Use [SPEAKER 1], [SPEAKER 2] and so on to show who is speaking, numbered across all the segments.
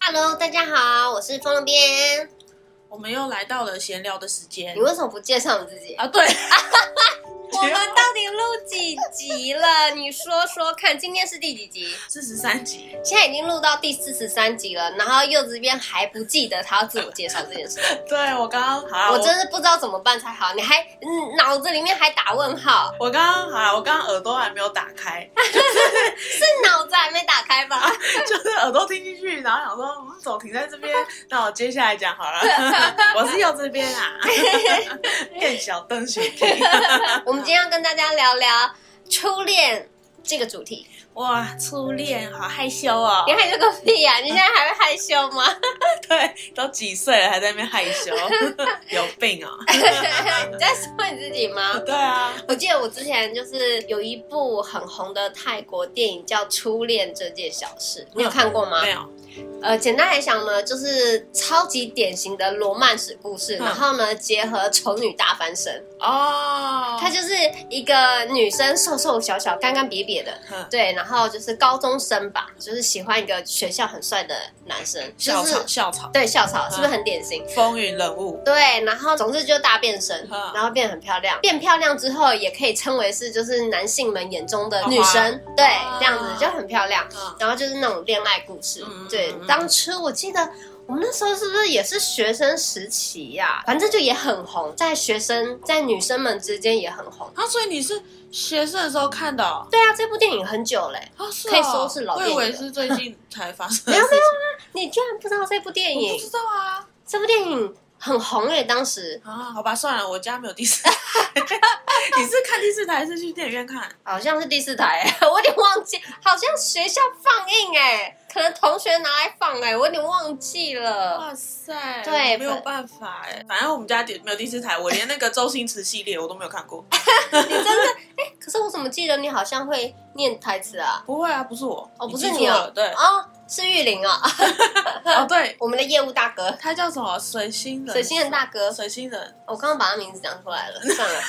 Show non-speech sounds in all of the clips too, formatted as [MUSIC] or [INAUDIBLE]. [SPEAKER 1] Hello，大家好，我是风龙边。
[SPEAKER 2] 我们又来到了闲聊的时间
[SPEAKER 1] 你为什么不介绍你自己？
[SPEAKER 2] 啊！对，
[SPEAKER 1] [LAUGHS] 我们到底录几集了？你说说看，今天是第几集？
[SPEAKER 2] 四十
[SPEAKER 1] [LAUGHS]
[SPEAKER 2] 三集，
[SPEAKER 1] 现在已经录到第四十三集了，然后柚子这边还不记得他要自我介绍这件 [LAUGHS] 事，
[SPEAKER 2] 对我刚刚好啊，
[SPEAKER 1] 我真是不知道怎么办才好。你还嗯脑子里面还打问 [LAUGHS] 号，
[SPEAKER 2] 我刚刚好啊，我刚刚耳朵还没有打
[SPEAKER 1] [LAUGHS]
[SPEAKER 2] 开，
[SPEAKER 1] 是脑子还没打开吧？
[SPEAKER 2] 就是耳朵听进去，然后想说，嗯，总停在
[SPEAKER 1] [LAUGHS]
[SPEAKER 2] 这边，那我接下来讲好了。我是右这边
[SPEAKER 1] [LAUGHS]
[SPEAKER 2] 啊，变小灯水瓶。
[SPEAKER 1] [LAUGHS] 我们今天要跟大家聊聊初恋这个主题。
[SPEAKER 2] 哇，初恋好害羞
[SPEAKER 1] [LAUGHS]
[SPEAKER 2] 哦
[SPEAKER 1] 你，害羞个屁啊呀、你现在还会害羞吗？ [LAUGHS]
[SPEAKER 2] 对，都几岁了还在那边害羞，有
[SPEAKER 1] [LAUGHS]
[SPEAKER 2] 病哦。
[SPEAKER 1] 你在说你自己吗？
[SPEAKER 2] 对啊，
[SPEAKER 1] 我记得我之前就是有一部很红的泰国电影叫《初恋这件小事》，你有看过吗
[SPEAKER 2] 没？有，
[SPEAKER 1] 呃，简单来讲呢，就是超级典型的罗曼史故事，
[SPEAKER 2] 嗯
[SPEAKER 1] 然后呢结合丑女大翻身，
[SPEAKER 2] 哦，
[SPEAKER 1] 它就是一个女生瘦瘦小小、干干瘪瘪的，
[SPEAKER 2] 嗯
[SPEAKER 1] 对，然后就是高中生吧，就是喜欢一个学校很帅的男生，
[SPEAKER 2] 校
[SPEAKER 1] 就是
[SPEAKER 2] 草嗯校草
[SPEAKER 1] 对校草，是不是很典型？
[SPEAKER 2] 风云人物，
[SPEAKER 1] 对，然后总之就大变身，
[SPEAKER 2] 嗯
[SPEAKER 1] 然后变得很漂亮。变漂亮之后，也可以称为是就是男性们眼中的女
[SPEAKER 2] 花
[SPEAKER 1] 神，对，
[SPEAKER 2] 啊
[SPEAKER 1] 这样子就很漂亮。
[SPEAKER 2] 嗯
[SPEAKER 1] 然后就是那种恋爱故事，
[SPEAKER 2] 嗯嗯
[SPEAKER 1] 对
[SPEAKER 2] 嗯。嗯
[SPEAKER 1] 当初我记得我们那时候是不是也是学生时期呀、反正就也很红，在学生在女生们之间也很红。
[SPEAKER 2] 啊，所以你是学生的时候看的哦、
[SPEAKER 1] 对啊，这部电影很久嘞、
[SPEAKER 2] 啊，是、哦、
[SPEAKER 1] 可以说是老
[SPEAKER 2] 我
[SPEAKER 1] 电
[SPEAKER 2] 以
[SPEAKER 1] 影了
[SPEAKER 2] 为是最近才发生
[SPEAKER 1] [LAUGHS]
[SPEAKER 2] 的
[SPEAKER 1] 没有
[SPEAKER 2] 事
[SPEAKER 1] 没
[SPEAKER 2] 情，
[SPEAKER 1] 你居然不知道这部电
[SPEAKER 2] 我不
[SPEAKER 1] 影
[SPEAKER 2] 知？道啊。
[SPEAKER 1] 这部电影很红诶、当时
[SPEAKER 2] 啊，好吧，算了，我家没有
[SPEAKER 1] [LAUGHS]
[SPEAKER 2] 第四台。你是看第四台还是去电影院看？
[SPEAKER 1] 好像是第四台、 [LAUGHS] 我有点忘记，好像学校放映哎、可能同学拿来放哎、我有点忘记了。
[SPEAKER 2] 哇塞，
[SPEAKER 1] 对
[SPEAKER 2] 我没有办法哎、反正我们家没有第四台，我连那个周星驰系列我都没有看过。啊
[SPEAKER 1] 可是我怎么记得你好像会念台词啊？
[SPEAKER 2] 不会啊，不是我，
[SPEAKER 1] 哦不
[SPEAKER 2] 记
[SPEAKER 1] 是
[SPEAKER 2] 错
[SPEAKER 1] 你啊
[SPEAKER 2] 了对，
[SPEAKER 1] 哦，是玉林啊、
[SPEAKER 2] 哦对，
[SPEAKER 1] 我们的业务大哥，
[SPEAKER 2] 他叫什么？水星人，
[SPEAKER 1] 水星人大哥。
[SPEAKER 2] 水星人，
[SPEAKER 1] 我刚刚把他名字讲出来了， [LAUGHS] 算了。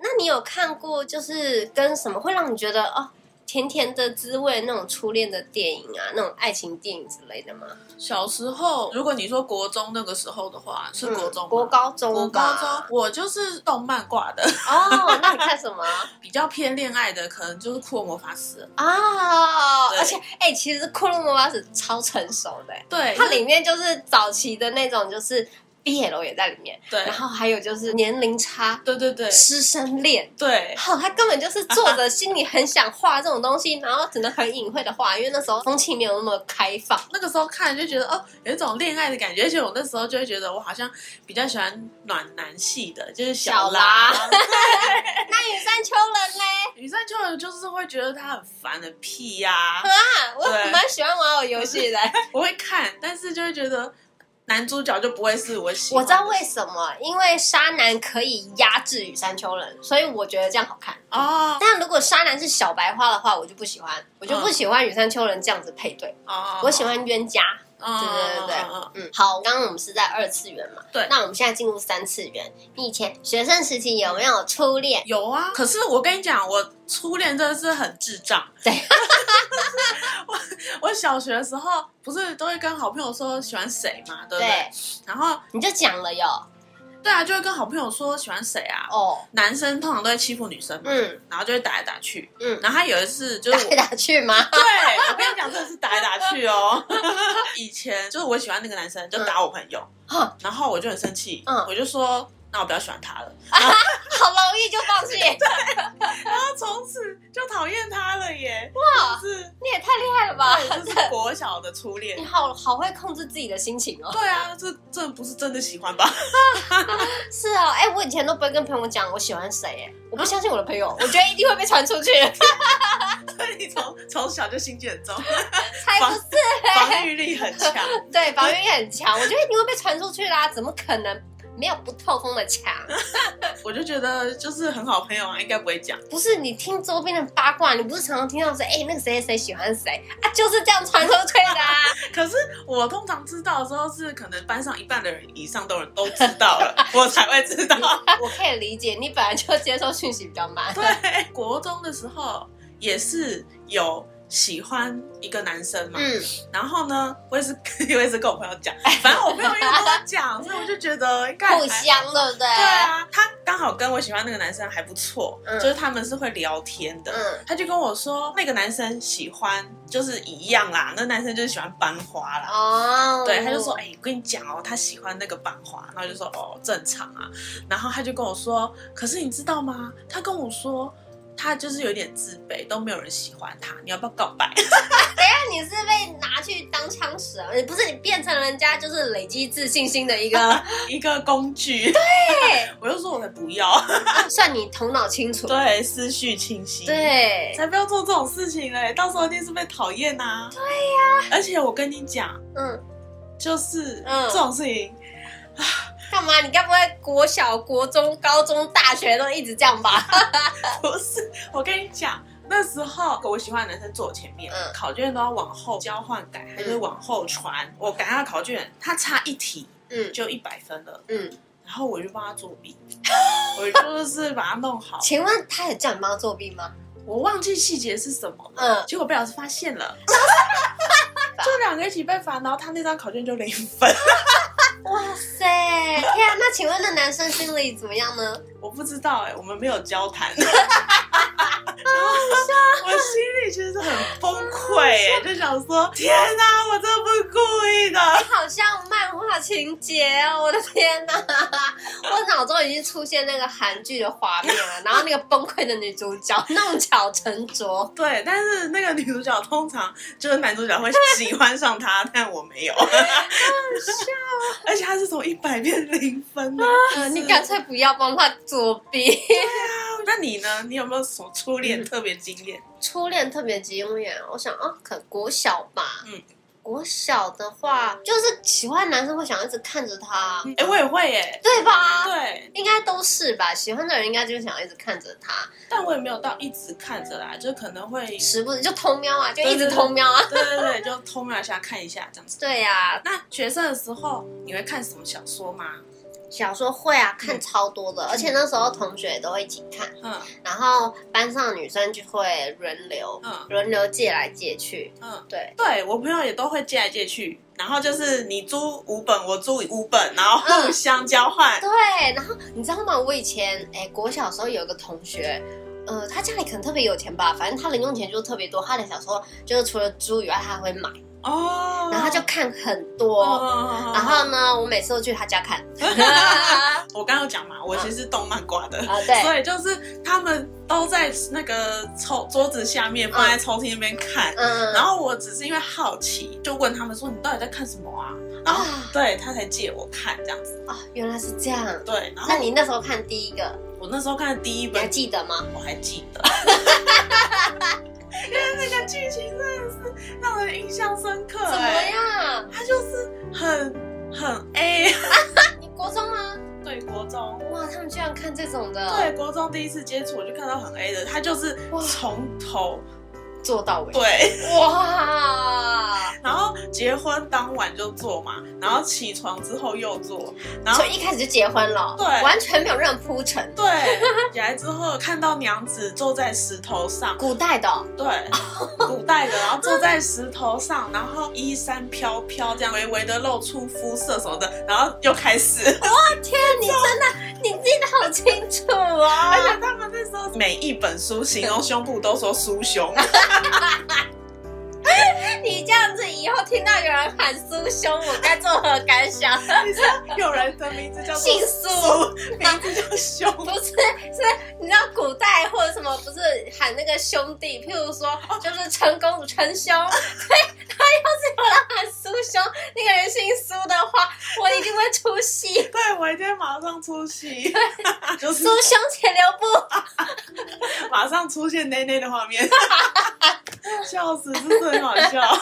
[SPEAKER 1] 那你有看过就是跟什么会让你觉得哦甜甜的滋味那种初恋的电影啊，那种爱情电影之类的吗？
[SPEAKER 2] 小时候，如果你说国中那个时候的话，是国中吗、
[SPEAKER 1] 嗯国高中吧，
[SPEAKER 2] 我高中，我就是动漫挂的， [LAUGHS]
[SPEAKER 1] 哦，那你看什 [LAUGHS] 么？
[SPEAKER 2] 比较偏恋爱的，可能就是《库洛魔法师》了。
[SPEAKER 1] 啊、
[SPEAKER 2] 对
[SPEAKER 1] 而且，哎、其实《库洛魔法使》超成熟的、欸
[SPEAKER 2] 对，
[SPEAKER 1] 它里面就是早期的那种，就是 BL 也在里面，
[SPEAKER 2] 对
[SPEAKER 1] 然后还有就是年龄差、
[SPEAKER 2] 对对对
[SPEAKER 1] 师生恋。
[SPEAKER 2] 对，
[SPEAKER 1] 好，他根本就是作者心里很想画这种东西，然后只能很隐晦的画，因为那时候风气没有那么开放。
[SPEAKER 2] 那个时候看就觉得哦，有一种恋爱的感觉，而且我那时候就会觉得我好像比较喜欢暖男系的，就是
[SPEAKER 1] 小
[SPEAKER 2] 拉。
[SPEAKER 1] [LAUGHS] 那羽山丘人嘞？
[SPEAKER 2] [LAUGHS] 女生就有就是会觉得他很烦的屁呀、
[SPEAKER 1] 啊， [LAUGHS] 我
[SPEAKER 2] 对
[SPEAKER 1] 蛮喜欢玩偶游戏的。
[SPEAKER 2] 我会看，但是就会觉得男主角就不会是我喜
[SPEAKER 1] [LAUGHS] 我
[SPEAKER 2] 欢
[SPEAKER 1] 知
[SPEAKER 2] 的。
[SPEAKER 1] 道为什么，因为沙男可以压制羽山丘人，所以我觉得这样好看。
[SPEAKER 2] 哦
[SPEAKER 1] 但如果沙男是小白花的话，我就不喜欢，我
[SPEAKER 2] 嗯
[SPEAKER 1] 就不喜欢羽山丘人这样子配对，
[SPEAKER 2] 哦，
[SPEAKER 1] 我喜欢冤家。
[SPEAKER 2] 嗯，
[SPEAKER 1] 对
[SPEAKER 2] 对
[SPEAKER 1] 对对对
[SPEAKER 2] 嗯，
[SPEAKER 1] 嗯，好，刚刚我们是在二次元嘛，
[SPEAKER 2] 对
[SPEAKER 1] 那我们现在进入三次元。你以前学生时期有没有初
[SPEAKER 2] [LAUGHS]
[SPEAKER 1] 恋？
[SPEAKER 2] 有啊，可是我跟你讲，我初恋真的是很智障。
[SPEAKER 1] 对
[SPEAKER 2] 我我小学的时候不是都会跟好朋友说喜欢谁嘛，对不对？
[SPEAKER 1] 对，
[SPEAKER 2] 然后
[SPEAKER 1] 你就讲了哟。
[SPEAKER 2] 对啊，就会跟好朋友说喜欢谁啊。
[SPEAKER 1] 哦，
[SPEAKER 2] 男生通常都会欺负女生嘛，
[SPEAKER 1] 嗯
[SPEAKER 2] 然后就会打来打去。
[SPEAKER 1] 嗯，
[SPEAKER 2] 然后他有一次就
[SPEAKER 1] 打
[SPEAKER 2] 是我
[SPEAKER 1] 来打去吗？
[SPEAKER 2] 对，我跟你讲，真的是打来打去
[SPEAKER 1] [LAUGHS]
[SPEAKER 2] 哦。以前就是我喜欢那个男生，就打我朋友，
[SPEAKER 1] 啊
[SPEAKER 2] 然后我就很生气，
[SPEAKER 1] 嗯
[SPEAKER 2] 我就说那我不要喜欢他了，
[SPEAKER 1] 好容易就放
[SPEAKER 2] [LAUGHS]
[SPEAKER 1] 弃，
[SPEAKER 2] 然后从此就讨厌他了耶。
[SPEAKER 1] 哇
[SPEAKER 2] 就是
[SPEAKER 1] 你也太厉害了吧！
[SPEAKER 2] 对，就是国小的初
[SPEAKER 1] [LAUGHS]
[SPEAKER 2] 恋
[SPEAKER 1] 你。好好会控制自己的心情哦。
[SPEAKER 2] 对啊，这这不是真的喜欢吧？ [LAUGHS]
[SPEAKER 1] 是哦，哎、我以前都不会跟朋友讲我喜欢谁，哎，
[SPEAKER 2] 啊
[SPEAKER 1] 我不相信我的朋友，我觉得一定会被传
[SPEAKER 2] [LAUGHS]
[SPEAKER 1] 出去，
[SPEAKER 2] 你从从小就心机很重，
[SPEAKER 1] 才不是嘞。
[SPEAKER 2] 防御力很 [LAUGHS] 强。
[SPEAKER 1] 对，防御力很强，我觉得一定会被传出去啦，怎么可能没有不透风的墙？
[SPEAKER 2] 我就觉得就是很好朋友啊，应该不会讲。
[SPEAKER 1] 不是你听周边的八卦，你不是常常听到说，哎、那个谁谁谁喜欢谁啊，就是这样传出去的啊。 [LAUGHS]
[SPEAKER 2] 可是我通常知道的时候是，可能班上一半的人以上都人都知道 [LAUGHS] 了，我才会知 [LAUGHS] 道。
[SPEAKER 1] 我可以理解，你本来就接收讯息比较慢，
[SPEAKER 2] 对，国中的时候也是有。喜欢一个男生嘛，
[SPEAKER 1] 嗯，
[SPEAKER 2] 然后呢，我也是 [LAUGHS] 我也是跟我朋友讲，反正我朋友又跟我
[SPEAKER 1] [LAUGHS]
[SPEAKER 2] 讲，所以我就觉得应该还
[SPEAKER 1] 互相对不对？
[SPEAKER 2] 对啊，他刚好跟我喜欢那个男生还不错，
[SPEAKER 1] 嗯
[SPEAKER 2] 就是他们是会聊天的。
[SPEAKER 1] 嗯
[SPEAKER 2] 他就跟我说，那个男生喜欢就是一样啦，那男生就是喜欢班花啦。
[SPEAKER 1] 哦，
[SPEAKER 2] 对，他就说，哎、我跟你讲哦，他喜欢那个班花，然后我就说，哦，正常啊。然后他就跟我说，可是你知道吗？他跟我说，他就是有点自卑，都没有人喜欢他，你要不要告白？ [LAUGHS]
[SPEAKER 1] 那你是被拿去当枪使啊？你不是你变成人家就是累积自信心的一个，
[SPEAKER 2] 一个工具。对，我就说我才不要，
[SPEAKER 1] 啊 [LAUGHS] 算你头脑清楚。
[SPEAKER 2] 对，思绪清晰。。
[SPEAKER 1] 对，
[SPEAKER 2] 才不要做这种事情嘞！到时候一定是被讨厌呐。对呀、而且我跟你讲，
[SPEAKER 1] 嗯，
[SPEAKER 2] 就是、
[SPEAKER 1] 嗯
[SPEAKER 2] 这种事情，
[SPEAKER 1] 干嘛？你该不会国小、国中、高中、大学都一直这样吧？
[SPEAKER 2] 不是我跟你讲，那时候我喜欢的男生坐我前面，
[SPEAKER 1] 嗯
[SPEAKER 2] 考卷都要往后交换改，还是往后传。我改他的考卷，他差一题
[SPEAKER 1] 嗯
[SPEAKER 2] 就一百分了，
[SPEAKER 1] 嗯，
[SPEAKER 2] 然后我就帮他作
[SPEAKER 1] [LAUGHS]
[SPEAKER 2] 弊，我就是把它弄好。
[SPEAKER 1] 请问他有叫你帮他作弊吗？
[SPEAKER 2] 我忘记细节是什么了，
[SPEAKER 1] 嗯
[SPEAKER 2] 结果被老师发现了， [LAUGHS] 就两个一起被罚，然后他那张考卷就零分。
[SPEAKER 1] 哇塞，天啊！那请问那男生心里怎么样呢？
[SPEAKER 2] 我不知道哎、我们没有交谈。然后我心里其实很崩溃哎、就想说天哪、我这不是故意的。
[SPEAKER 1] 好像漫画情节哦！我的天哪， [LAUGHS] 我脑中已经出现那个韩剧的画面了，然后那个崩溃的女主角弄巧成 [LAUGHS] 拙，
[SPEAKER 2] 对，但是那个女主角通常就是男主角会喜欢上她，但我没有。而且她是从一百变零分的、
[SPEAKER 1] 呃你干脆不要帮她作弊。
[SPEAKER 2] 那你呢？你有没有什么初恋特别经验？
[SPEAKER 1] 初恋特别惊艳，我想啊，可能国小吧，
[SPEAKER 2] 嗯
[SPEAKER 1] 国小的话就是喜欢男生会想一直看着他，
[SPEAKER 2] 哎、我也会耶、
[SPEAKER 1] 对吧？
[SPEAKER 2] 对，
[SPEAKER 1] 应该都是吧，喜欢的人应该就是想一直看着他，
[SPEAKER 2] 但我也没有到一直看着啦，就可能会，
[SPEAKER 1] 时不时就偷瞄啊，就
[SPEAKER 2] 对
[SPEAKER 1] 一直偷瞄啊。
[SPEAKER 2] 对对对，就偷瞄一下看一下这样子。
[SPEAKER 1] 对呀、
[SPEAKER 2] 那学生的时候，你会看什么小说吗？
[SPEAKER 1] 小说会啊，看超多的，而且那时候同学也都会一起看，
[SPEAKER 2] 嗯
[SPEAKER 1] 然后班上的女生就会轮流
[SPEAKER 2] 嗯
[SPEAKER 1] 轮流借来借去，
[SPEAKER 2] 嗯，
[SPEAKER 1] 对，
[SPEAKER 2] 对我朋友也都会借来借去，然后就是你租五本，我租五本，然后互相交
[SPEAKER 1] 嗯
[SPEAKER 2] 换。
[SPEAKER 1] 对，然后你知道吗？我以前哎，国小的时候有一个同学。呃，他家里可能特别有钱吧，反正他零用钱就是特别多。他的小说就是除了租以外，他还会买，
[SPEAKER 2] 哦，
[SPEAKER 1] 然后他就看很多。
[SPEAKER 2] 哦
[SPEAKER 1] 然后呢，我每次都去他家看。啊，
[SPEAKER 2] [LAUGHS] 我刚刚有讲嘛，我其实是动漫挂的。
[SPEAKER 1] 嗯对，
[SPEAKER 2] 所以就是他们都在那个抽桌子下面，放在抽屉那边看。
[SPEAKER 1] 嗯，
[SPEAKER 2] 然后我只是因为好奇，就问他们说：“你到底在看什么啊？”然后
[SPEAKER 1] 啊
[SPEAKER 2] 对他才借我看这样子。
[SPEAKER 1] 啊，原来是这样。
[SPEAKER 2] 对，然后
[SPEAKER 1] 那你那时候看第一个，
[SPEAKER 2] 我那时候看的第一
[SPEAKER 1] 你还
[SPEAKER 2] 本
[SPEAKER 1] 记得吗？
[SPEAKER 2] 我还记得。 [LAUGHS] 因为那个剧情真的是让人印象深刻、欸
[SPEAKER 1] 怎么？样？
[SPEAKER 2] 他就是很很 A，
[SPEAKER 1] 你国中吗？
[SPEAKER 2] 对国中，
[SPEAKER 1] 哇，他们居然看这种的，
[SPEAKER 2] 对，国中第一次接触，我就看到很 A 的，他就是
[SPEAKER 1] 哇
[SPEAKER 2] 从头
[SPEAKER 1] 做到位，
[SPEAKER 2] 对，
[SPEAKER 1] 哇！
[SPEAKER 2] 然后结婚当晚就做嘛，然后起床之后又做，然后
[SPEAKER 1] 所以一开始就结婚了，
[SPEAKER 2] 对
[SPEAKER 1] 完全没有任何铺陈，
[SPEAKER 2] 对，起来之后看到娘子坐在石头上，
[SPEAKER 1] 古代的哦、
[SPEAKER 2] 对，古代的，然后坐在石头上，然后衣衫飘飘，这样微微的露出肤色什么的，然后又开始。
[SPEAKER 1] 天，你真的你记得好清楚
[SPEAKER 2] 而
[SPEAKER 1] 哦。
[SPEAKER 2] 且他们那时候每一本书形容胸部都说酥胸，
[SPEAKER 1] [LAUGHS] 你这样子以后听到有人喊苏兄，我该作何感想？
[SPEAKER 2] 有人的名字叫做
[SPEAKER 1] 姓苏，
[SPEAKER 2] 名字叫
[SPEAKER 1] 不
[SPEAKER 2] 胸。
[SPEAKER 1] 是，是你知道古代或者什么，不是喊那个兄弟，譬如说哦就是陈公主陈兄，所以他要是有人喊苏兄，那个人姓苏的话，我一定会出戏。
[SPEAKER 2] 对，我一定马上
[SPEAKER 1] [LAUGHS]
[SPEAKER 2] 出席，就是
[SPEAKER 1] 苏兄且留步，
[SPEAKER 2] 马上出现内内的画面， [LAUGHS] 笑死，真的很好笑。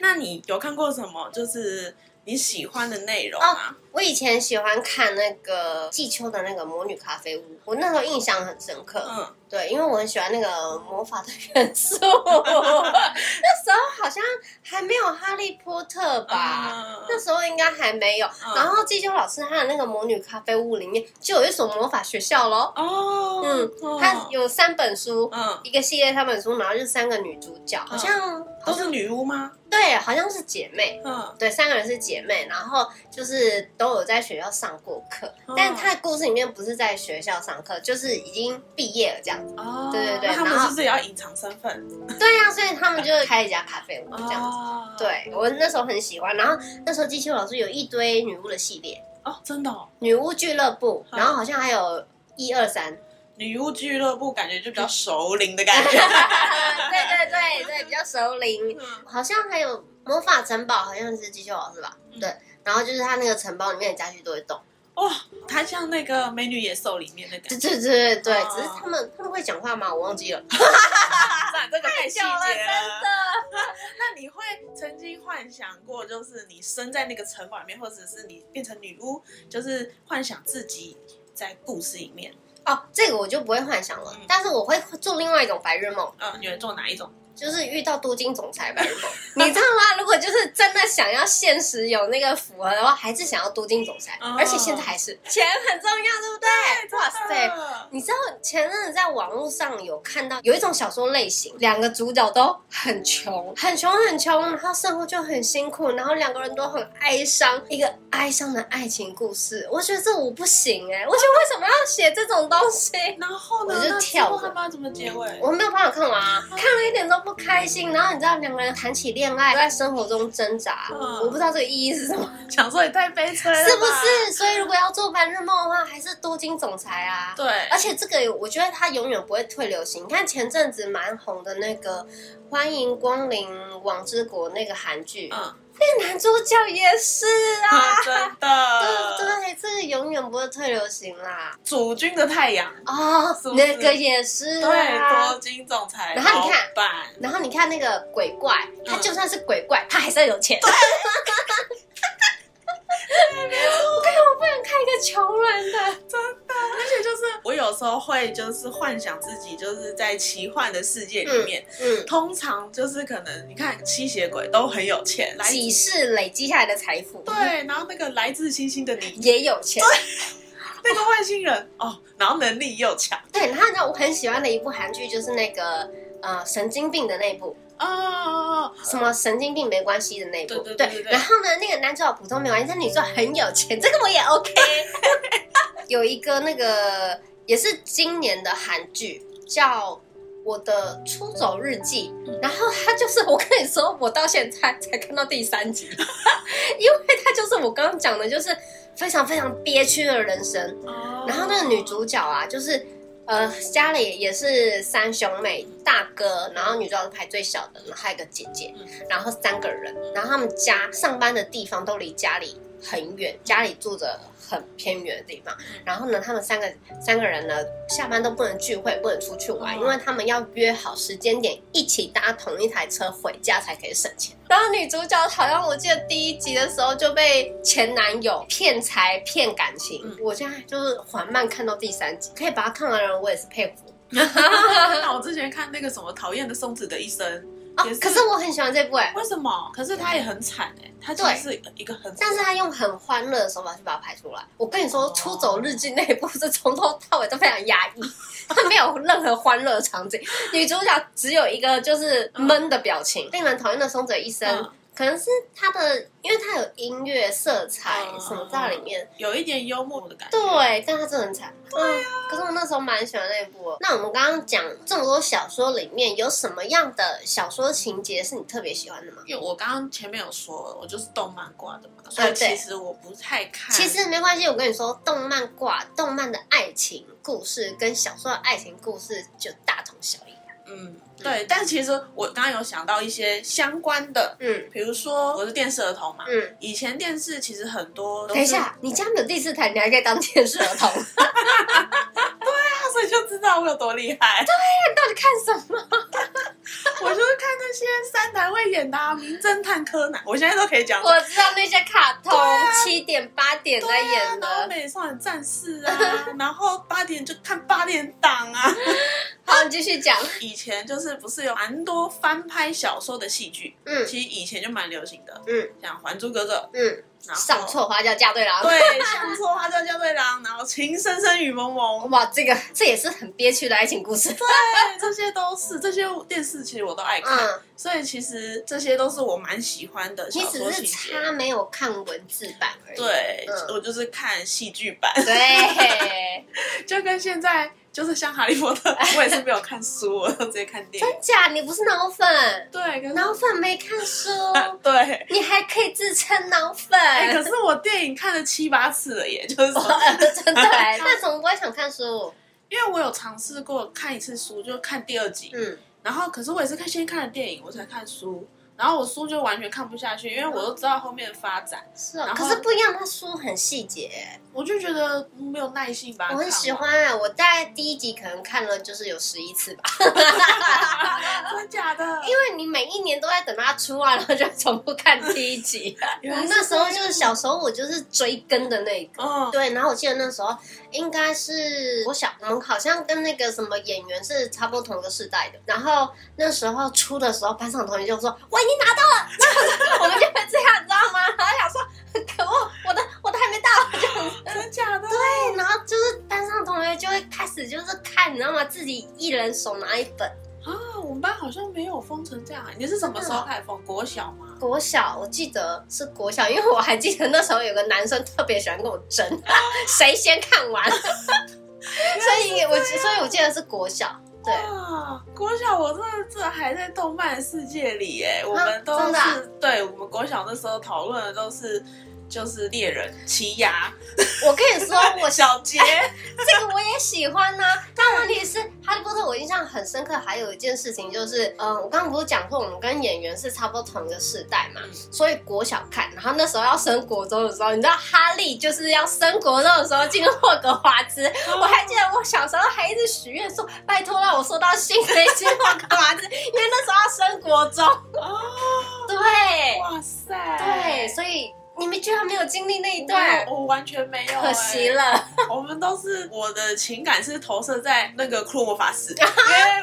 [SPEAKER 2] 那你有看过什么就是你喜欢的内容
[SPEAKER 1] 哦
[SPEAKER 2] 啊。
[SPEAKER 1] 我以前喜欢看那个季秋的那个《魔女咖啡屋》，我那时候印象很深刻。
[SPEAKER 2] 嗯，
[SPEAKER 1] 对，因为我很喜欢那个魔法的元素。 [LAUGHS] 那时候好像还没有《哈利波特》吧？
[SPEAKER 2] 嗯
[SPEAKER 1] 那时候应该还没有。
[SPEAKER 2] 嗯
[SPEAKER 1] 然后季秋老师他的那个《魔女咖啡屋》里面就有一所魔法学校喽。
[SPEAKER 2] 哦，
[SPEAKER 1] 嗯
[SPEAKER 2] 哦
[SPEAKER 1] 它有三本书，
[SPEAKER 2] 嗯，
[SPEAKER 1] 一个系列三本书，然后就三个女主角，好像
[SPEAKER 2] 都是女巫吗？
[SPEAKER 1] 对，好像是姐妹。
[SPEAKER 2] 嗯，
[SPEAKER 1] 对，三个人是姐妹，然后就是都有在学校上过课，
[SPEAKER 2] 哦
[SPEAKER 1] 但她的故事里面不是在学校上课，就是已经毕业了这样子。
[SPEAKER 2] 哦，
[SPEAKER 1] 对对对
[SPEAKER 2] 那他
[SPEAKER 1] 然
[SPEAKER 2] 们
[SPEAKER 1] 后
[SPEAKER 2] 是不是也要隐藏身份？
[SPEAKER 1] 对呀、所以他们就开了一家咖啡屋这样子。
[SPEAKER 2] 哦，
[SPEAKER 1] 对我那时候很喜欢，然后那时候季秋老师有一堆女巫的系列，
[SPEAKER 2] 哦，真的哦，
[SPEAKER 1] 女巫俱乐部，
[SPEAKER 2] 嗯
[SPEAKER 1] 然后好像还有一二三，
[SPEAKER 2] 女巫俱乐部感觉就比较熟龄的感
[SPEAKER 1] [LAUGHS]
[SPEAKER 2] 觉。[LAUGHS]
[SPEAKER 1] 对对对对，比较熟龄，
[SPEAKER 2] 嗯
[SPEAKER 1] 好像还有魔法城堡，好像是季秋老师吧？
[SPEAKER 2] 嗯
[SPEAKER 1] 对，然后就是他那个城堡里面的家具都会动。
[SPEAKER 2] 哇，它像那个《美女野兽》里面的感 [LAUGHS]
[SPEAKER 1] 对
[SPEAKER 2] 觉，
[SPEAKER 1] 对对对，
[SPEAKER 2] 哦
[SPEAKER 1] 只是他们他们会讲话吗？我忘记了。
[SPEAKER 2] 赞这个太细节
[SPEAKER 1] 久了
[SPEAKER 2] [LAUGHS] 了。那你会曾经幻想过，就是你身在那个城堡里面，或者是你变成女巫，就是幻想自己在故事里面，
[SPEAKER 1] 哦，这个我就不会幻想了，
[SPEAKER 2] 嗯
[SPEAKER 1] 但是我会做另外一种白日梦，
[SPEAKER 2] 呃，你会做哪一种？
[SPEAKER 1] 就是遇到都金总裁白日梦。 [LAUGHS] 你知道吗？如果就是真的想要现实有那个符合的话，还是想要都金总裁，
[SPEAKER 2] 哦
[SPEAKER 1] 而且现在还是钱很重要，对不对？
[SPEAKER 2] 啊
[SPEAKER 1] 哇塞！你知道前阵子在网络上有看到有一种小说类型，两个主角都很穷，很穷很穷，然后生活就很辛苦，然后两个人都很哀伤，一个哀伤的爱情故事。我觉得这我不行哎、我觉得为什么要写这种东西？
[SPEAKER 2] 嗯然后呢？
[SPEAKER 1] 我就
[SPEAKER 2] 那之
[SPEAKER 1] 跳
[SPEAKER 2] 后
[SPEAKER 1] 着
[SPEAKER 2] 他们要怎么结尾？
[SPEAKER 1] 我没有办法看完啊，
[SPEAKER 2] 哦
[SPEAKER 1] 看了一点都不开心。然后你知道两个人谈起恋爱，在生活中挣扎，
[SPEAKER 2] 嗯
[SPEAKER 1] 我不知道这个意义是什么，
[SPEAKER 2] [LAUGHS] 想说也太悲催了，
[SPEAKER 1] 是不？是？所以如果要做白日梦的话，还是多金总裁啊。
[SPEAKER 2] 对，
[SPEAKER 1] 而且这个我觉得它永远不会退流行。你看前阵子蛮红的那个《欢迎光临王之国》那个韩剧，
[SPEAKER 2] 嗯，
[SPEAKER 1] 那男主角也是啊，
[SPEAKER 2] [LAUGHS] 真
[SPEAKER 1] 对不
[SPEAKER 2] 的，
[SPEAKER 1] 对？这个永远不会退流行啦。
[SPEAKER 2] 主君的太阳，
[SPEAKER 1] 哦
[SPEAKER 2] 是，不是
[SPEAKER 1] 那个也是
[SPEAKER 2] 对，
[SPEAKER 1] 啊
[SPEAKER 2] 多。金总裁，
[SPEAKER 1] 然后你看
[SPEAKER 2] 老板，
[SPEAKER 1] 然后你看那个鬼怪，他就算是鬼怪，他还是要有钱。 [LAUGHS] 我看我不能看一个穷人的，
[SPEAKER 2] 而且就是我有时候会就是幻想自己就是在奇幻的世界里面，
[SPEAKER 1] 嗯，
[SPEAKER 2] 通常就是可能你看吸血鬼都很有钱，来
[SPEAKER 1] 几世累积下来的财富，，
[SPEAKER 2] 对，然后那个来自星星的你，
[SPEAKER 1] 也有钱。
[SPEAKER 2] 那个外星人哦，然后能力又强
[SPEAKER 1] 对，然后你知道我很喜欢的一部韩剧就是那个呃神经病的那一部，
[SPEAKER 2] 哦，
[SPEAKER 1] 什么神经病没关系的那一部，
[SPEAKER 2] 对对对对对嗯
[SPEAKER 1] 然后呢，那个男主角普通没关系，但女主角很有钱，这个我也 OK。有一个那个也是今年的韩剧叫。我的出走日记，
[SPEAKER 2] 嗯
[SPEAKER 1] 然后他就是我跟你说，我到现在才看到第三集， [LAUGHS] 因为他就是我刚刚讲的，就是非常非常憋屈的人生，
[SPEAKER 2] 哦
[SPEAKER 1] 然后那个女主角啊，就是呃家里也是三兄妹，大哥，然后女主角是排最小的，然后还有一个姐姐
[SPEAKER 2] 嗯，
[SPEAKER 1] 然后三个人，然后他们家上班的地方都离家里很远，家里住着很偏远的地方。然后呢，他们三个三个人呢，下班都不能聚会，不能出去玩，
[SPEAKER 2] 哦
[SPEAKER 1] 因为他们要约好时间点，一起搭同一台车回家才可以省钱。然后女主角好像我记得第一集的时候就被前男友骗财骗感情，
[SPEAKER 2] 嗯
[SPEAKER 1] 我现在就是缓慢看到第三集，可以把它看完的人我也是佩服。
[SPEAKER 2] [LAUGHS] 那我之前看那个什么讨厌的松子的一生，
[SPEAKER 1] 哦
[SPEAKER 2] 也是，
[SPEAKER 1] 可是我很喜欢这部哎、
[SPEAKER 2] 为什么？可是他也很惨哎，他其实是一个很，
[SPEAKER 1] 但是他用很欢乐的手法去把它拍出来。我跟你说，《出走日记》那一部是从头到尾都非常压抑， [LAUGHS] 他没有任何欢乐的场景，女主角只有一个就是闷的表情，令人讨厌的松泽一生。
[SPEAKER 2] 嗯
[SPEAKER 1] 可能是他的，因为他有音乐色彩
[SPEAKER 2] 嗯啊
[SPEAKER 1] 什么在里面，
[SPEAKER 2] 有一点幽默的感觉，
[SPEAKER 1] 对，但他真的很惨。嗯，可是我那时候蛮喜欢那一部的。那我们刚刚讲这么多小说里面，有什么样的小说情节是你特别喜欢的吗？
[SPEAKER 2] 因为我刚刚前面有说了，我就是动漫挂的嘛，所以其实我不太
[SPEAKER 1] 啊
[SPEAKER 2] 看。
[SPEAKER 1] 其实没关系，我跟你说，动漫挂动漫的爱情故事跟小说的爱情故事就大同小异。
[SPEAKER 2] 嗯，对，但其实我刚刚有想到一些相关的，
[SPEAKER 1] 嗯
[SPEAKER 2] 比如说我是电视儿童嘛，
[SPEAKER 1] 嗯，
[SPEAKER 2] 以前电视其实很多都
[SPEAKER 1] 等
[SPEAKER 2] 是，
[SPEAKER 1] 一下，你家没有第四台，你还可以当电视儿童，你啊
[SPEAKER 2] 那所以就知道我有多厉害。
[SPEAKER 1] 到底看什么？
[SPEAKER 2] [LAUGHS] 我就是看那些三台会演的、啊《名侦探柯南》，我现在都可以讲。
[SPEAKER 1] 我知道那些卡通
[SPEAKER 2] 对啊
[SPEAKER 1] 七点八点在
[SPEAKER 2] 对啊
[SPEAKER 1] 演，
[SPEAKER 2] 然后
[SPEAKER 1] 的。
[SPEAKER 2] 美少女战
[SPEAKER 1] [LAUGHS]
[SPEAKER 2] 士啊，然后八点就看八点档啊。
[SPEAKER 1] 好，你继续讲。
[SPEAKER 2] 以前就是不是有蛮多翻拍小说的戏剧，
[SPEAKER 1] 嗯
[SPEAKER 2] 其实以前就蛮流行的，
[SPEAKER 1] 嗯
[SPEAKER 2] 像《还珠格格
[SPEAKER 1] 嗯，》，
[SPEAKER 2] 然后
[SPEAKER 1] 上错花轿嫁对郎。
[SPEAKER 2] 对，上错花轿嫁对郎，然后《情深深雨蒙蒙》，
[SPEAKER 1] [LAUGHS] 哇，这个这也是很憋屈的爱情故事。
[SPEAKER 2] 对，这些都是这些电视，其实我都爱看，
[SPEAKER 1] 嗯，
[SPEAKER 2] 所以其实这些都是我蛮喜欢的小
[SPEAKER 1] 你
[SPEAKER 2] 说
[SPEAKER 1] 只
[SPEAKER 2] 情
[SPEAKER 1] 是
[SPEAKER 2] 节。
[SPEAKER 1] 差没有看文字版而已。
[SPEAKER 2] 对，
[SPEAKER 1] 嗯
[SPEAKER 2] 我就是看戏剧版， [LAUGHS]
[SPEAKER 1] 对， [LAUGHS]
[SPEAKER 2] 就跟现在就是像《哈利波特》，我也是没有看书，我都直接看电影。
[SPEAKER 1] 真假？你不是脑粉，
[SPEAKER 2] 对，跟
[SPEAKER 1] 脑粉没看书，
[SPEAKER 2] [LAUGHS]
[SPEAKER 1] [LAUGHS]
[SPEAKER 2] 对。
[SPEAKER 1] 你还可以自称脑粉？
[SPEAKER 2] 哎，可是我电影看了七八次了耶，就
[SPEAKER 1] [LAUGHS]
[SPEAKER 2] 是说 [LAUGHS]
[SPEAKER 1] 真的欸，那怎么不会想看书？
[SPEAKER 2] 因为我有尝试过看一次书，就看第二集，
[SPEAKER 1] 嗯，
[SPEAKER 2] 然后可是我也是看先看了电影，我才看书，然后我书就完全看不下去，因为我都知道后面的发展，
[SPEAKER 1] 是哦。
[SPEAKER 2] 然后
[SPEAKER 1] 可是不一样，它书很细节，
[SPEAKER 2] 我就觉得嗯没有耐性吧。
[SPEAKER 1] 我很喜欢啊。我大概第一集可能看了就是有十一次吧， [LAUGHS]
[SPEAKER 2] 看完， [LAUGHS] 真假的？
[SPEAKER 1] 啊因为你每一年都在等它出啊，然后就重复看第一集。
[SPEAKER 2] [LAUGHS] 原来是
[SPEAKER 1] 那时候就是
[SPEAKER 2] 这样，
[SPEAKER 1] 小时候，我就是追更的那一个。
[SPEAKER 2] 嗯，
[SPEAKER 1] 对，然后我记得那时候应该是我想，我们好像跟那个什么演员是差不多同一个世代的。然后那时候出的时候，班上同学就说：“我已经拿到了。” [LAUGHS] 然后我们就会这样，你知道吗？然后想说：“可恶，我的我的还没到。 [LAUGHS]
[SPEAKER 2] 真假的？”
[SPEAKER 1] 对，然后就是班上同学就会开始就是看，你知道吗？自己一人手拿一本。
[SPEAKER 2] 啊，我们班好像没有封成这样。啊你是什么时
[SPEAKER 1] 啊
[SPEAKER 2] 候开始封？国小吗？
[SPEAKER 1] 国小我记得是国小，因为我还记得那时候有个男生特别喜欢跟我争， [LAUGHS] 谁先看完。 [LAUGHS] 所以我所以我记得是国小，对。
[SPEAKER 2] 啊，国小我真的这还在动漫世界里耶，我
[SPEAKER 1] 啊
[SPEAKER 2] 们都
[SPEAKER 1] 真
[SPEAKER 2] 是、
[SPEAKER 1] 的啊
[SPEAKER 2] 对，我们国小那时候讨论的都是就是猎人、奇牙、
[SPEAKER 1] 我跟你说，我
[SPEAKER 2] 小
[SPEAKER 1] [LAUGHS]
[SPEAKER 2] 杰，
[SPEAKER 1] 这个我也喜欢呐、
[SPEAKER 2] [LAUGHS]
[SPEAKER 1] 但问题是，《哈利波特》我印象很深刻，还有一件事情就是，嗯，我刚刚不是讲过，我们跟演员是差不多同一个世代嘛
[SPEAKER 2] 嗯，
[SPEAKER 1] 所以国小看，然后那时候要升国中的时候，你知道哈利就是要升国中的时候进入霍格华
[SPEAKER 2] [LAUGHS]
[SPEAKER 1] 兹，
[SPEAKER 2] 哦
[SPEAKER 1] 我还记得我小时候还一直许愿说，拜托让我收到新的进霍格华兹，因 [LAUGHS] 为那时候要升国
[SPEAKER 2] [LAUGHS]
[SPEAKER 1] 中。
[SPEAKER 2] 哦，
[SPEAKER 1] 对
[SPEAKER 2] 哇塞，
[SPEAKER 1] 对，所以你们居然没有经历那一
[SPEAKER 2] 没
[SPEAKER 1] 段
[SPEAKER 2] 有，，我完全没有，哎欸
[SPEAKER 1] 可惜。了。
[SPEAKER 2] 我们都是我的情感是投射在那个库洛魔
[SPEAKER 1] [LAUGHS]
[SPEAKER 2] 法使，因为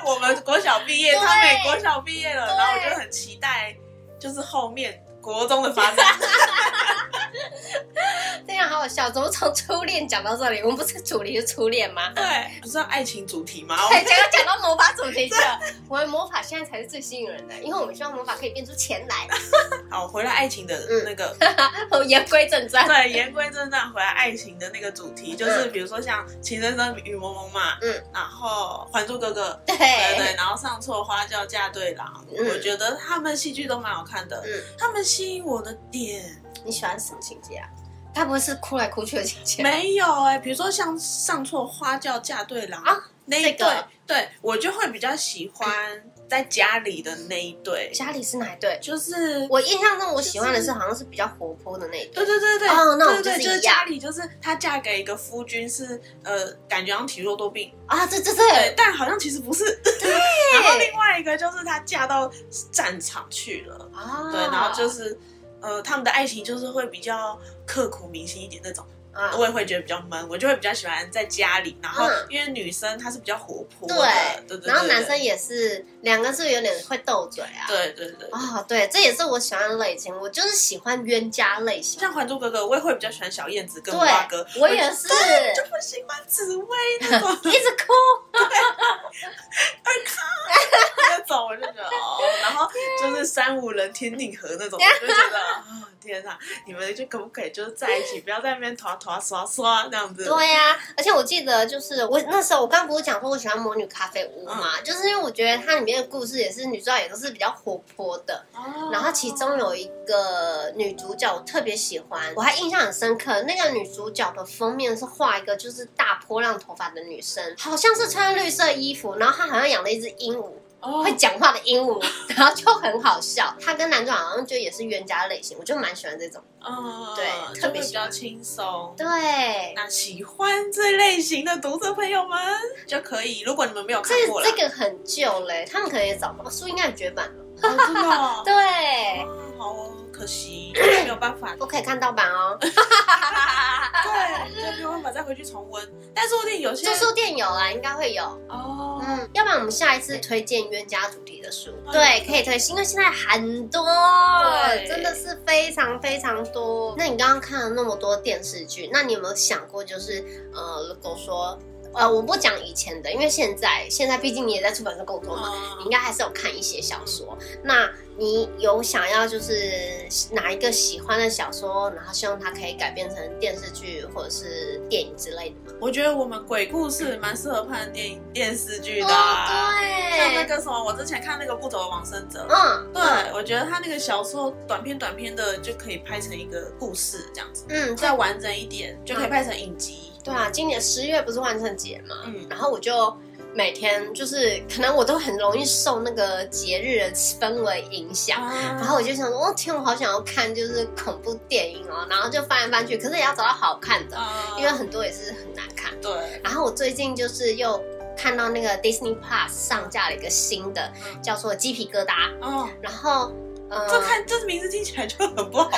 [SPEAKER 2] 我们国小毕业，
[SPEAKER 1] 对
[SPEAKER 2] 他们也国小毕业了，
[SPEAKER 1] 对
[SPEAKER 2] 然后我就很期待，就是后面国中的发展。
[SPEAKER 1] 这样好好笑，怎么从初恋讲到这里？我们不是主题是初恋吗？ [LAUGHS]
[SPEAKER 2] 对，不是爱情主题吗？
[SPEAKER 1] 对，结果讲到魔法主题去了。我的魔法现在才是最吸引人的，因为我们希望魔法可以变出钱来。 [LAUGHS]
[SPEAKER 2] 好，回来爱情的
[SPEAKER 1] 嗯
[SPEAKER 2] 那个，
[SPEAKER 1] 我言归正传，
[SPEAKER 2] 对，言归正传，回来爱情的那个主题，就是比如说像《情深深雨蒙蒙》嘛，
[SPEAKER 1] 嗯，
[SPEAKER 2] 然后《还珠格格》。
[SPEAKER 1] 对
[SPEAKER 2] 对对，然后上错花轿嫁对郎，
[SPEAKER 1] 嗯
[SPEAKER 2] 我觉得他们戏剧都蛮好看的。
[SPEAKER 1] 嗯
[SPEAKER 2] 他们吸引我的点
[SPEAKER 1] 你喜欢什么情节啊？该不会是哭来哭去的情节？
[SPEAKER 2] 没有哎、比如说像上错花轿嫁对郎
[SPEAKER 1] 啊
[SPEAKER 2] 那一
[SPEAKER 1] 这
[SPEAKER 2] 对，
[SPEAKER 1] 个
[SPEAKER 2] 对我就会比较喜欢在家里的那一对，
[SPEAKER 1] 家里是哪一对？
[SPEAKER 2] 就是
[SPEAKER 1] 我印象中我喜欢的是好像是比较活泼的那一对
[SPEAKER 2] 对。对对对，
[SPEAKER 1] 哦那我
[SPEAKER 2] 对对
[SPEAKER 1] 们就是
[SPEAKER 2] 对，就是
[SPEAKER 1] 一样
[SPEAKER 2] 家里就是她嫁给一个夫君是呃，感觉好像体弱多病，
[SPEAKER 1] 啊，对对
[SPEAKER 2] 对
[SPEAKER 1] 对，，
[SPEAKER 2] 但好像其实不是。然后另外一个就是她嫁到战场去了，
[SPEAKER 1] 啊，
[SPEAKER 2] 对，然后就是呃，他们的爱情就是会比较刻骨铭心一点那种，
[SPEAKER 1] 啊，
[SPEAKER 2] 我也会觉得比较闷，我就会比较喜欢在家里，然后
[SPEAKER 1] 嗯
[SPEAKER 2] 因为女生她是比较活泼的，对
[SPEAKER 1] 对，
[SPEAKER 2] 对对，
[SPEAKER 1] 然后男
[SPEAKER 2] 对
[SPEAKER 1] 生也是，两个是有点会斗嘴啊。
[SPEAKER 2] 对对对。
[SPEAKER 1] 哦，对，这也是我喜欢的类型，我就是喜欢冤家类型。
[SPEAKER 2] 像《还珠格格》，我也会比较喜欢小燕子跟
[SPEAKER 1] 对
[SPEAKER 2] 五阿哥，，
[SPEAKER 1] 我也是，
[SPEAKER 2] 就不喜欢紫薇那种。
[SPEAKER 1] [LAUGHS] 一直哭。
[SPEAKER 2] [LAUGHS] 那种，我就觉得哦，然后就是三五人天定河那种，我就觉得啊、天哪，你们就可不可以就是在一起，不要在那边团团刷刷那样
[SPEAKER 1] [LAUGHS]
[SPEAKER 2] 子？
[SPEAKER 1] 对呀、而且我记得就是我那时候，我刚刚不是讲说我喜欢《魔女咖啡屋》嘛，就是因为我觉得它里面的故事也是女主角也都是比较活泼的，
[SPEAKER 2] 哦
[SPEAKER 1] 然后其中有一个女主角我特别喜欢，我还印象很深刻。那个女主角的封面是画一个就是大波浪头发的女生，好像是穿绿色衣服，然后她好像养了一只鹦鹉。
[SPEAKER 2] 哦
[SPEAKER 1] 会讲话的鹦鹉， [LAUGHS] 然后就很好笑。他跟男主角好像就也是冤家类型，我就蛮喜欢这种。
[SPEAKER 2] 嗯，
[SPEAKER 1] 对
[SPEAKER 2] 就
[SPEAKER 1] 特
[SPEAKER 2] 会
[SPEAKER 1] 别
[SPEAKER 2] 比
[SPEAKER 1] 喜
[SPEAKER 2] 较
[SPEAKER 1] 欢
[SPEAKER 2] 轻松。
[SPEAKER 1] 对，
[SPEAKER 2] 那喜欢这类型的读者朋友们就可以，如果你们没有看
[SPEAKER 1] 这
[SPEAKER 2] 过了，
[SPEAKER 1] 这个很旧嘞，他们可能也找不到，书应该也绝版了。
[SPEAKER 2] 哦真的哦
[SPEAKER 1] 对，
[SPEAKER 2] 啊好哦，可惜没有
[SPEAKER 1] [LAUGHS]
[SPEAKER 2] 办法，
[SPEAKER 1] 我可以看盗版哦，
[SPEAKER 2] 对，就没有办法再回去重温。但是 [LAUGHS] 我得有些
[SPEAKER 1] 就书店有啦，应该会有。
[SPEAKER 2] 哦，
[SPEAKER 1] 嗯，要不然我们下一次推荐冤家主题的书，
[SPEAKER 2] 嗯
[SPEAKER 1] 对，可以推，因为现在很多
[SPEAKER 2] 对，
[SPEAKER 1] 真的是非常非常多。那你刚刚看了那么多电视剧，那你有没有想过，就是呃，如果说呃，我不讲以前的，因为现在现在毕竟你也在出版社工作嘛，你应
[SPEAKER 2] 嗯
[SPEAKER 1] 该还是有看一些小说。那你有想要就是哪一个喜欢的小说，然后希望它可以改编成电视剧或者是电影之类的吗？
[SPEAKER 2] 我觉得我们鬼故事蛮适合拍成电影电视剧的
[SPEAKER 1] 哦
[SPEAKER 2] 啊，，像那
[SPEAKER 1] 对，
[SPEAKER 2] 个什么，我之前看那个不走的往生者。
[SPEAKER 1] 嗯，
[SPEAKER 2] 对，我觉得他那个小说短片短片的就可以拍成一个故事这样子，
[SPEAKER 1] 嗯，对
[SPEAKER 2] 再完整一点就可以拍成影集。
[SPEAKER 1] 对啊，今年十月不是万圣节嘛，
[SPEAKER 2] 嗯，
[SPEAKER 1] 然后我就每天就是可能我都很容易受那个节日的氛围影响。
[SPEAKER 2] 然
[SPEAKER 1] 然后我就想说，哦天，我好想要看就是恐怖电影哦，然后就翻来翻去，可是也要找到好看的，
[SPEAKER 2] 嗯
[SPEAKER 1] 因为很多也是很难看。
[SPEAKER 2] 对，
[SPEAKER 1] 然后我最近就是又看到那个 Disney Plus 上架了一个新的，
[SPEAKER 2] 嗯
[SPEAKER 1] 叫做《鸡皮疙瘩》，
[SPEAKER 2] 哦，
[SPEAKER 1] 然后。呃，
[SPEAKER 2] 这看这名字听起来就很不好。哦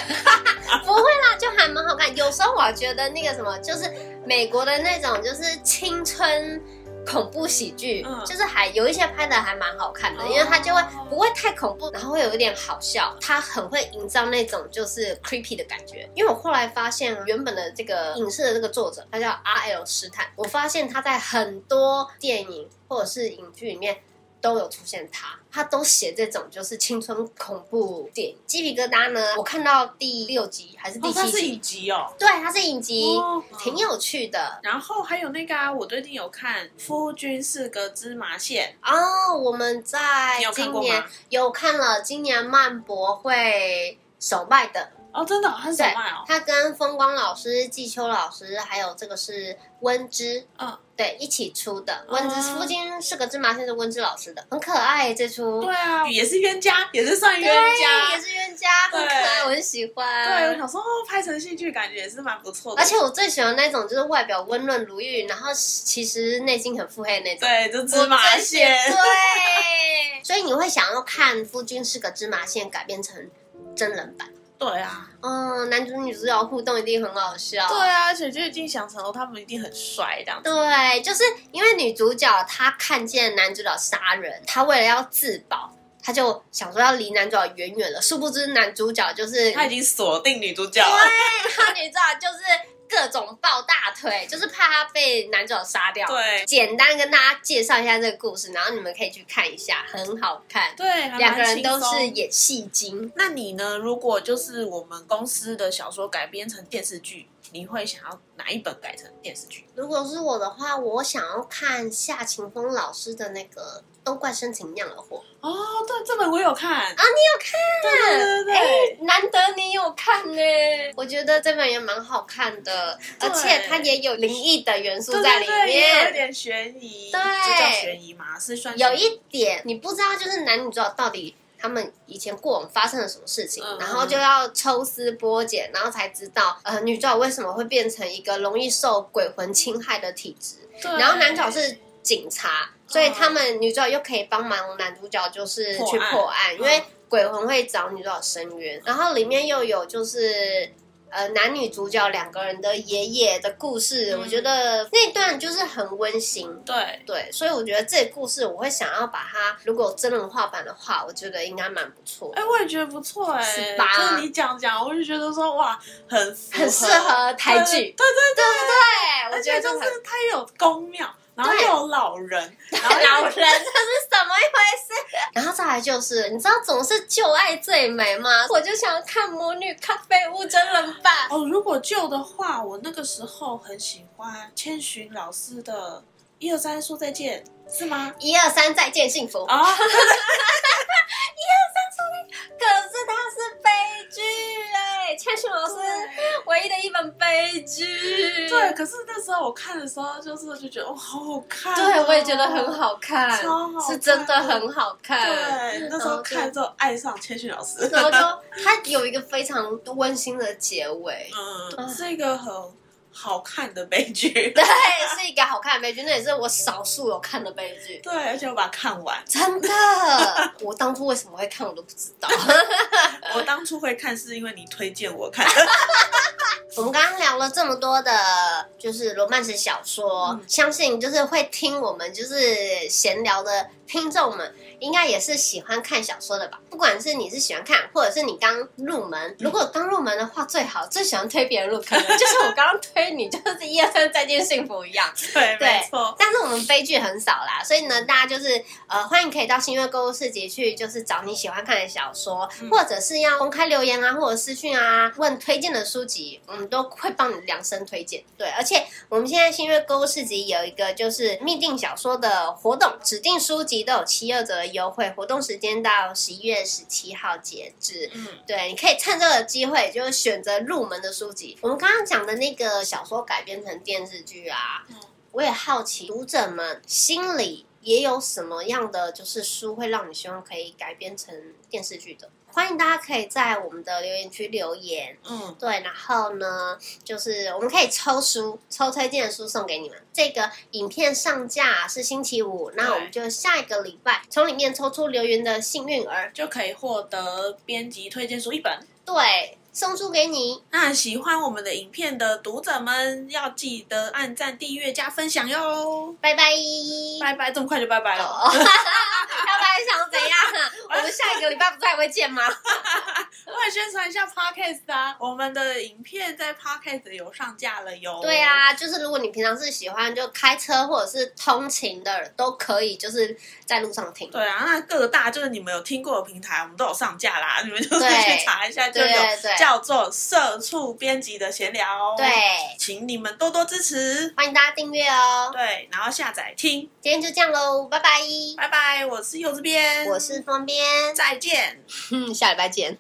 [SPEAKER 1] 不会啦，啊就还蛮好看。有时候我觉得那个什么，就是美国的那种，就是青春恐怖喜剧，
[SPEAKER 2] 嗯
[SPEAKER 1] 就是还有一些拍的还蛮好看的，因为它就会不会太恐怖，然后会有一点好笑，它很会营造那种就是 creepy 的感觉。因为我后来发现，原本的这个影视的这个作者，他叫 R L 斯坦，我发现他在很多电影或者是影剧里面都有出现他，他都写这种就是青春恐怖电影。鸡皮疙瘩呢，我看到第六集还是第
[SPEAKER 2] 哦，它
[SPEAKER 1] 七
[SPEAKER 2] 是
[SPEAKER 1] 集，
[SPEAKER 2] 影集哦。
[SPEAKER 1] 对，它是影集，
[SPEAKER 2] 哦
[SPEAKER 1] 挺有趣的。
[SPEAKER 2] 然后还有那个啊，我最近有看《夫君是个芝麻线
[SPEAKER 1] 哦，我们》，在
[SPEAKER 2] 你有看
[SPEAKER 1] 今
[SPEAKER 2] 过
[SPEAKER 1] 年
[SPEAKER 2] 吗？
[SPEAKER 1] 有看了今年漫博会首卖的，
[SPEAKER 2] 哦，真的哦，它是什么卖哦？
[SPEAKER 1] 他跟风光老师、季秋老师，还有这个是温之，
[SPEAKER 2] 嗯，
[SPEAKER 1] 对，一起出的。温之
[SPEAKER 2] 哦
[SPEAKER 1] 夫君是个芝麻，线是温之老师的，很可爱这出，
[SPEAKER 2] 对啊，也是冤家，也是算冤
[SPEAKER 1] 对，也
[SPEAKER 2] 家。
[SPEAKER 1] 是冤家，很可爱，
[SPEAKER 2] 对
[SPEAKER 1] 我很喜欢。
[SPEAKER 2] 对，我想说哦，拍成戏剧感觉也是蛮不错的。
[SPEAKER 1] 呃而且我最喜欢那种就是外表温润如玉，然后其实内心很腹黑的那种。
[SPEAKER 2] 对，就芝
[SPEAKER 1] 我
[SPEAKER 2] 麻
[SPEAKER 1] 最喜
[SPEAKER 2] 线。
[SPEAKER 1] 对，所以你会想要看《夫君是个芝麻线》改编成真人版，
[SPEAKER 2] [LAUGHS] 对啊，
[SPEAKER 1] 嗯，男主女主角互动一定很好笑。
[SPEAKER 2] 对啊，而且就已经想成哦，他们一定很帅这样子。
[SPEAKER 1] 对，就是因为女主角她看见男主角杀人，她为了要自保，她就想说要离男主角远远的，殊不知男主角就是
[SPEAKER 2] 他已经锁定女主角了。
[SPEAKER 1] 对，啊他女主角就是各种抱大腿，就是怕她被男主角杀掉。
[SPEAKER 2] 对
[SPEAKER 1] 简单跟大家介绍一下这个故事，然后你们可以去看一下，很好看。
[SPEAKER 2] 对，还蛮
[SPEAKER 1] 两个人都
[SPEAKER 2] 轻松
[SPEAKER 1] 是演戏精，
[SPEAKER 2] 那你呢？如果就是我们公司的小说改编成电视剧，你会想要哪一本改成电视剧？
[SPEAKER 1] 如果是我的话，我想要看夏晴风老师的那个《都怪深情酿了祸
[SPEAKER 2] 哦，对，这本我有看啊，》。
[SPEAKER 1] 对
[SPEAKER 2] 对对对，
[SPEAKER 1] 哎难得你有看呢、我觉得这本也蛮好看的，
[SPEAKER 2] 对
[SPEAKER 1] 而且它也有灵异的元素
[SPEAKER 2] 对
[SPEAKER 1] 在里
[SPEAKER 2] 对对也有
[SPEAKER 1] 面，
[SPEAKER 2] 点悬疑，
[SPEAKER 1] 对
[SPEAKER 2] 这叫悬疑吗？是算
[SPEAKER 1] 有一点你不知道，就是男女主角到底他们以前过往发生了什么事情，
[SPEAKER 2] 嗯
[SPEAKER 1] 然后就要抽丝剥茧，然后才知道呃女主角为什么会变成一个容易受鬼魂侵害的体质，
[SPEAKER 2] 对嗯
[SPEAKER 1] 然后男主角是警察，所以他们女主角又可以帮忙男主角，就是去
[SPEAKER 2] 破案
[SPEAKER 1] 破案，因
[SPEAKER 2] 嗯
[SPEAKER 1] 为鬼魂会找女主角伸冤。然后里面又有就是呃男女主角两个人的爷爷的故事，
[SPEAKER 2] 嗯
[SPEAKER 1] 我觉得那一段就是很温馨。
[SPEAKER 2] 对。
[SPEAKER 1] 对，所以我觉得这个故事我会想要把它，如果真人化版的话，我觉得应该蛮不错
[SPEAKER 2] 哎、，我也觉得不错哎、
[SPEAKER 1] 是吧
[SPEAKER 2] 就是你讲讲，我就觉得说哇，很符
[SPEAKER 1] 很适合台
[SPEAKER 2] 对
[SPEAKER 1] 剧。
[SPEAKER 2] 对对
[SPEAKER 1] 对不对，
[SPEAKER 2] 而
[SPEAKER 1] 我觉得
[SPEAKER 2] 且就
[SPEAKER 1] 这很
[SPEAKER 2] 是它有宫庙，然后又
[SPEAKER 1] 对
[SPEAKER 2] 有老人，然后
[SPEAKER 1] [LAUGHS] 老人，这是怎么一回事？ [LAUGHS] 然后再来就是，你知道总是旧爱最美吗？我就想看《魔女咖啡屋》真人版。
[SPEAKER 2] 哦，如果旧的话，我那个时候很喜欢千寻老师的《一二三说再见》，是吗？
[SPEAKER 1] 一二三，再见幸福。 [LAUGHS]
[SPEAKER 2] 啊、
[SPEAKER 1] 可是它是悲剧哎、千寻老师唯一的一本悲剧。
[SPEAKER 2] 对，可是那时候我看的时候，就是就觉得哇，好好看、哦
[SPEAKER 1] 对，我也觉得很，好看，
[SPEAKER 2] 超好看
[SPEAKER 1] 是真的很好看。
[SPEAKER 2] 对，那时候看之后爱上千寻老师，
[SPEAKER 1] 嗯 [LAUGHS] 然后就它有一个非常温馨的结尾，
[SPEAKER 2] 嗯，是一个很好看的悲 [LAUGHS] 剧，
[SPEAKER 1] 对，是一个好看的悲剧，那也是我少数有看的悲剧。
[SPEAKER 2] 对，而且我把它看完。
[SPEAKER 1] 真的，
[SPEAKER 2] [LAUGHS]
[SPEAKER 1] 我当初为什么会看我都不知道。
[SPEAKER 2] 我当初会看是因为你推荐我看， [LAUGHS]
[SPEAKER 1] 我们刚刚聊了这么多的，就是罗曼史小说，
[SPEAKER 2] 嗯
[SPEAKER 1] 相信就是会听我们就是闲聊的听众们，应该也是喜欢看小说的吧？不管是你是喜欢看，或者是你刚入
[SPEAKER 2] 嗯
[SPEAKER 1] 门，如果刚入门的话，最好最喜欢推别人入坑的，就像我刚刚推你，就是一二三再见幸福一样。
[SPEAKER 2] 对，
[SPEAKER 1] 对
[SPEAKER 2] 没错，
[SPEAKER 1] 但是我们悲剧很少啦，所以
[SPEAKER 2] 嗯
[SPEAKER 1] 呢，大家就是呃，欢迎可以到新月购物市集去，就是找你喜欢看的小说，
[SPEAKER 2] 嗯
[SPEAKER 1] 或者是要公开留言啊，或者私讯啊，问推荐的书籍，我们都会帮你量身推荐。对，而且我们现在新月购物市集有一个就是密定小说的活动，指定书籍都有七二折的优惠，活动时间到十一月十七号截止。
[SPEAKER 2] 嗯，
[SPEAKER 1] 对，你可以趁这个机会，就是选择入门的书籍。我们刚刚讲的那个小说改编成电视剧啊，
[SPEAKER 2] 嗯
[SPEAKER 1] 我也好奇读者们心里也有什么样的就是书会让你希望可以改编成电视剧的。欢迎大家可以在我们的留言区留言，
[SPEAKER 2] 嗯，
[SPEAKER 1] 对，然后呢，就是我们可以抽书，抽推荐的书送给你们。这个影片上架是星期五，那我们就下一个礼拜从里面抽出留言的幸运儿，
[SPEAKER 2] 就可以获得编辑推荐书一本。
[SPEAKER 1] 对，送书给你。
[SPEAKER 2] 那喜欢我们的影片的读者们，要记得按赞、订阅、加分享哟！
[SPEAKER 1] 拜拜。
[SPEAKER 2] 拜拜，这么快就拜拜了。
[SPEAKER 1] 哦，要不 [LAUGHS] 然想怎样？啊我们下一个礼拜不是还会见吗？
[SPEAKER 2] 我也宣传一下 Podcast 啊，我们的影片在 Podcast 有上架了哟。
[SPEAKER 1] 对，啊，就是如果你平常是喜欢就开车或者是通勤的，都可以，就是在路上听。
[SPEAKER 2] 对啊，那各大就是你们有听过的平台，我们都有上架啦，你们就是
[SPEAKER 1] 对
[SPEAKER 2] 去查一下，就
[SPEAKER 1] 对
[SPEAKER 2] 有
[SPEAKER 1] 对对
[SPEAKER 2] 叫做“社畜编辑”的闲聊。
[SPEAKER 1] 对，，
[SPEAKER 2] 请你们多多支持。
[SPEAKER 1] 欢迎大家订阅哦。
[SPEAKER 2] 对，然后下载听，
[SPEAKER 1] 今天就这样喽，拜拜。
[SPEAKER 2] 拜拜，我是柚子编，
[SPEAKER 1] 我是方边，
[SPEAKER 2] 再见。
[SPEAKER 1] [LAUGHS] 嗯，下礼拜见。